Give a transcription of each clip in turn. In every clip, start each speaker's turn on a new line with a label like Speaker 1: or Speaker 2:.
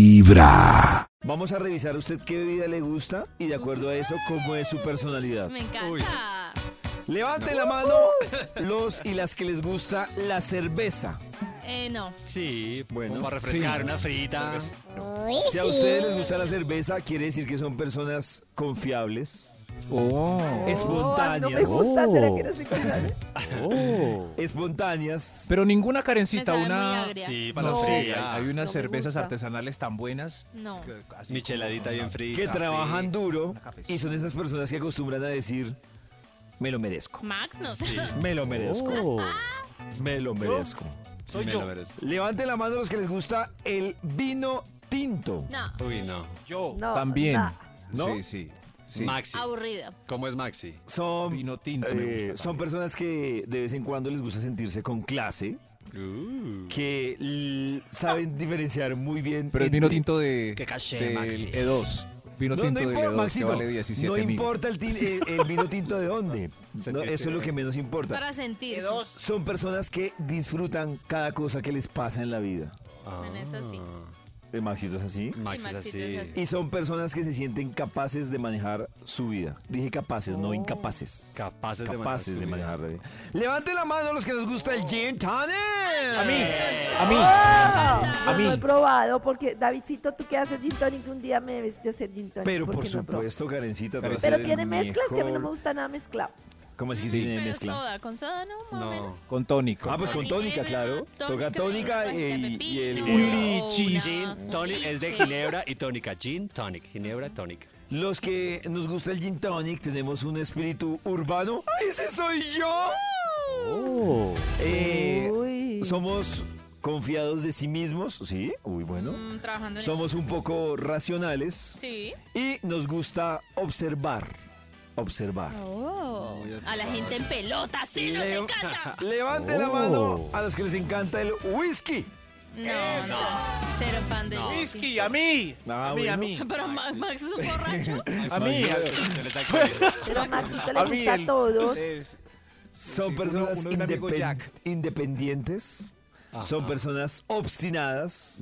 Speaker 1: Vibra.
Speaker 2: Vamos a revisar a usted qué bebida le gusta y de acuerdo a eso cómo es su personalidad.
Speaker 3: Me encanta.
Speaker 4: Uy.
Speaker 2: Levanten
Speaker 5: ¡Uh!
Speaker 2: la mano los y las que les gusta la cerveza.
Speaker 3: Eh, no.
Speaker 4: Sí,
Speaker 2: Bueno,
Speaker 4: bueno. Como para refrescar una frita.
Speaker 2: Si a ustedes les gusta la cerveza, quiere decir que son personas confiables,
Speaker 5: Oh, no me
Speaker 2: espontáneas,
Speaker 5: gusta, ¿será que no soy culpable?
Speaker 2: espontáneas.
Speaker 6: Oh. Pero ninguna
Speaker 3: Me
Speaker 6: carencita,
Speaker 3: sabe muy
Speaker 6: una...
Speaker 3: agria.
Speaker 4: Sí, para
Speaker 6: No,
Speaker 4: la
Speaker 6: sí, hay,
Speaker 4: fría.
Speaker 6: hay unas
Speaker 5: No me
Speaker 6: cervezas
Speaker 5: gusta.
Speaker 6: artesanales tan buenas.
Speaker 3: No.
Speaker 6: que así
Speaker 4: Micheladita
Speaker 6: como-
Speaker 4: bien frita.
Speaker 2: que trabajan duro
Speaker 6: una cafecita.
Speaker 2: y son esas personas que acostumbran a decir, me lo merezco,
Speaker 3: Max, no.
Speaker 4: Sí,
Speaker 2: me lo
Speaker 5: Oh.
Speaker 2: merezco,
Speaker 6: Oh.
Speaker 2: me lo merezco.
Speaker 4: soy yo.
Speaker 2: Levanten la mano los que les gusta el vino tinto.
Speaker 3: No.
Speaker 4: Uy, no.
Speaker 5: No,
Speaker 6: También.
Speaker 5: na-
Speaker 2: ¿No?
Speaker 6: Sí, sí. sí.
Speaker 4: Maxi.
Speaker 3: Aburrido.
Speaker 4: ¿Cómo es Maxi?
Speaker 2: Son,
Speaker 6: Vino tinto me
Speaker 2: eh,
Speaker 6: gusta
Speaker 2: son
Speaker 6: también.
Speaker 2: personas que de vez en cuando les gusta sentirse con clase,
Speaker 4: Uh.
Speaker 2: que l- saben diferenciar muy bien.
Speaker 6: Pero el
Speaker 2: entre-
Speaker 6: vino tinto de...
Speaker 4: Qué caché,
Speaker 6: del
Speaker 4: Maxi.
Speaker 6: E2. Vino
Speaker 2: No,
Speaker 6: tinto
Speaker 2: no
Speaker 6: del
Speaker 2: importa,
Speaker 6: E2
Speaker 2: Maxito,
Speaker 6: que vale 17
Speaker 2: no
Speaker 6: mil.
Speaker 2: importa el, tin- eh, el- el vino tinto de dónde. No, eso es lo que menos importa.
Speaker 3: Para sentir.
Speaker 2: Son personas que disfrutan cada cosa que les pasa en la vida.
Speaker 3: Bueno, eso sí.
Speaker 2: Eh, Maxito es así.
Speaker 6: Mm.
Speaker 4: Maxi es
Speaker 3: Maxito
Speaker 4: así.
Speaker 3: es así.
Speaker 2: Y son personas que se sienten capaces de manejar su vida. Dije capaces,
Speaker 6: Oh.
Speaker 2: no incapaces.
Speaker 4: Capaces,
Speaker 2: capaces de
Speaker 4: manejar
Speaker 2: manejar. Levanten la mano los que nos gusta el gin tonic. A mí.
Speaker 6: A mí. A
Speaker 5: No
Speaker 6: mí.
Speaker 5: he probado porque, Davidcito, tú que haces gin tonic, un día me debes de hacer gin tonic.
Speaker 2: Pero por
Speaker 5: porque no he probado.
Speaker 2: supuesto, Karencita. tú
Speaker 6: Pero
Speaker 2: eres
Speaker 5: Pero
Speaker 2: el
Speaker 5: tiene mezclas que a mí no me
Speaker 2: mejor.
Speaker 5: gusta nada mezclado.
Speaker 2: ¿Cómo es que
Speaker 6: Sí.
Speaker 2: tiene
Speaker 3: Pero
Speaker 2: mezcla?
Speaker 3: soda. Con soda no, más o menos.
Speaker 4: No.
Speaker 6: Con tónico.
Speaker 2: Ah, pues con
Speaker 3: Con
Speaker 2: tónica,
Speaker 3: ginebra,
Speaker 2: claro. Toca tónica
Speaker 3: con
Speaker 2: y, y el... ginebra.
Speaker 3: pepino, o
Speaker 6: lichis.
Speaker 3: una-
Speaker 4: Gin, tonic, es de ginebra y tónica. Gin, tonic. Ginebra, tonic.
Speaker 2: Los que nos gusta el gin tonic tenemos un espíritu urbano. ¡Ay, ¡Ese soy yo!
Speaker 6: Oh.
Speaker 2: Eh,
Speaker 5: Uy.
Speaker 2: somos confiados de sí mismos, ¿sí? Uy, bueno.
Speaker 3: Mm, trabajando en
Speaker 2: Somos un poco racionales
Speaker 3: Sí.
Speaker 2: y nos gusta observar. Observar.
Speaker 3: Oh. A la gente en pelota, sí, nos
Speaker 2: Leo-
Speaker 5: Ah.
Speaker 3: encanta.
Speaker 2: Levante
Speaker 6: Oh.
Speaker 2: la mano a los que les encanta el whisky.
Speaker 3: No, no. Cero fan de
Speaker 7: Whisky, a mí.
Speaker 2: Ah,
Speaker 7: a mí, a
Speaker 2: bueno.
Speaker 7: mí.
Speaker 3: Pero Ma- Max es un borracho.
Speaker 6: A mí.
Speaker 5: Pero a Maxito le
Speaker 6: A mí
Speaker 5: gusta
Speaker 6: el-
Speaker 5: a todos.
Speaker 6: Es-
Speaker 2: Son
Speaker 6: Sí, uno-
Speaker 2: personas
Speaker 6: uno de un amigo
Speaker 2: independ-
Speaker 6: Jack.
Speaker 2: independientes. Son personas obstinadas,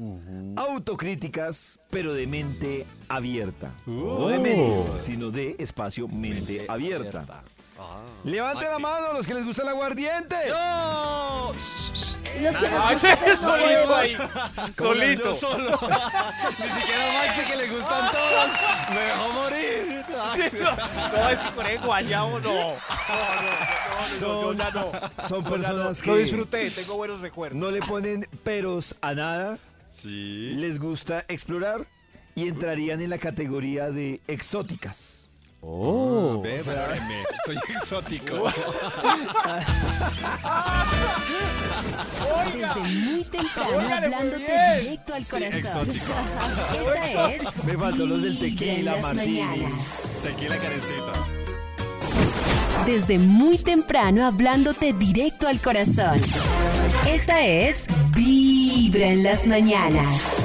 Speaker 2: autocríticas, pero de mente abierta.
Speaker 7: Uh.
Speaker 2: No de medios, sino de espacio mente, abierta.
Speaker 7: Ah.
Speaker 2: Levante la mano a los que les gusta el aguardiente.
Speaker 5: Los que nos
Speaker 7: Ah, ese
Speaker 5: gustan
Speaker 7: es
Speaker 5: no
Speaker 7: solito ahí.
Speaker 2: Como yo
Speaker 7: Solito.
Speaker 2: solo. Ni siquiera Maxi que le gustan todos. Me dejó morir.
Speaker 7: Sí, no, no, es que con el guayabo no. No, no, no, no, no,
Speaker 2: Son-
Speaker 7: no, no,
Speaker 2: son
Speaker 7: no,
Speaker 2: personas
Speaker 7: no, no. Lo
Speaker 2: que-
Speaker 7: disfruté, tengo buenos recuerdos.
Speaker 2: No le ponen peros a nada.
Speaker 4: Sí.
Speaker 2: Les gusta explorar y entrarían en la categoría de exóticas.
Speaker 4: Ve, valóreme, Soy exótico.
Speaker 8: Desde muy temprano
Speaker 7: Óigale, muy
Speaker 8: hablándote
Speaker 7: bien.
Speaker 8: directo al corazón. Esta es
Speaker 2: Me faltó los del
Speaker 8: Vibra en
Speaker 2: tequila,
Speaker 8: las
Speaker 2: Martini.
Speaker 8: mañanas.
Speaker 4: Tequila carecita.
Speaker 8: Desde muy temprano hablándote directo al corazón. Esta es Vibra en las mañanas.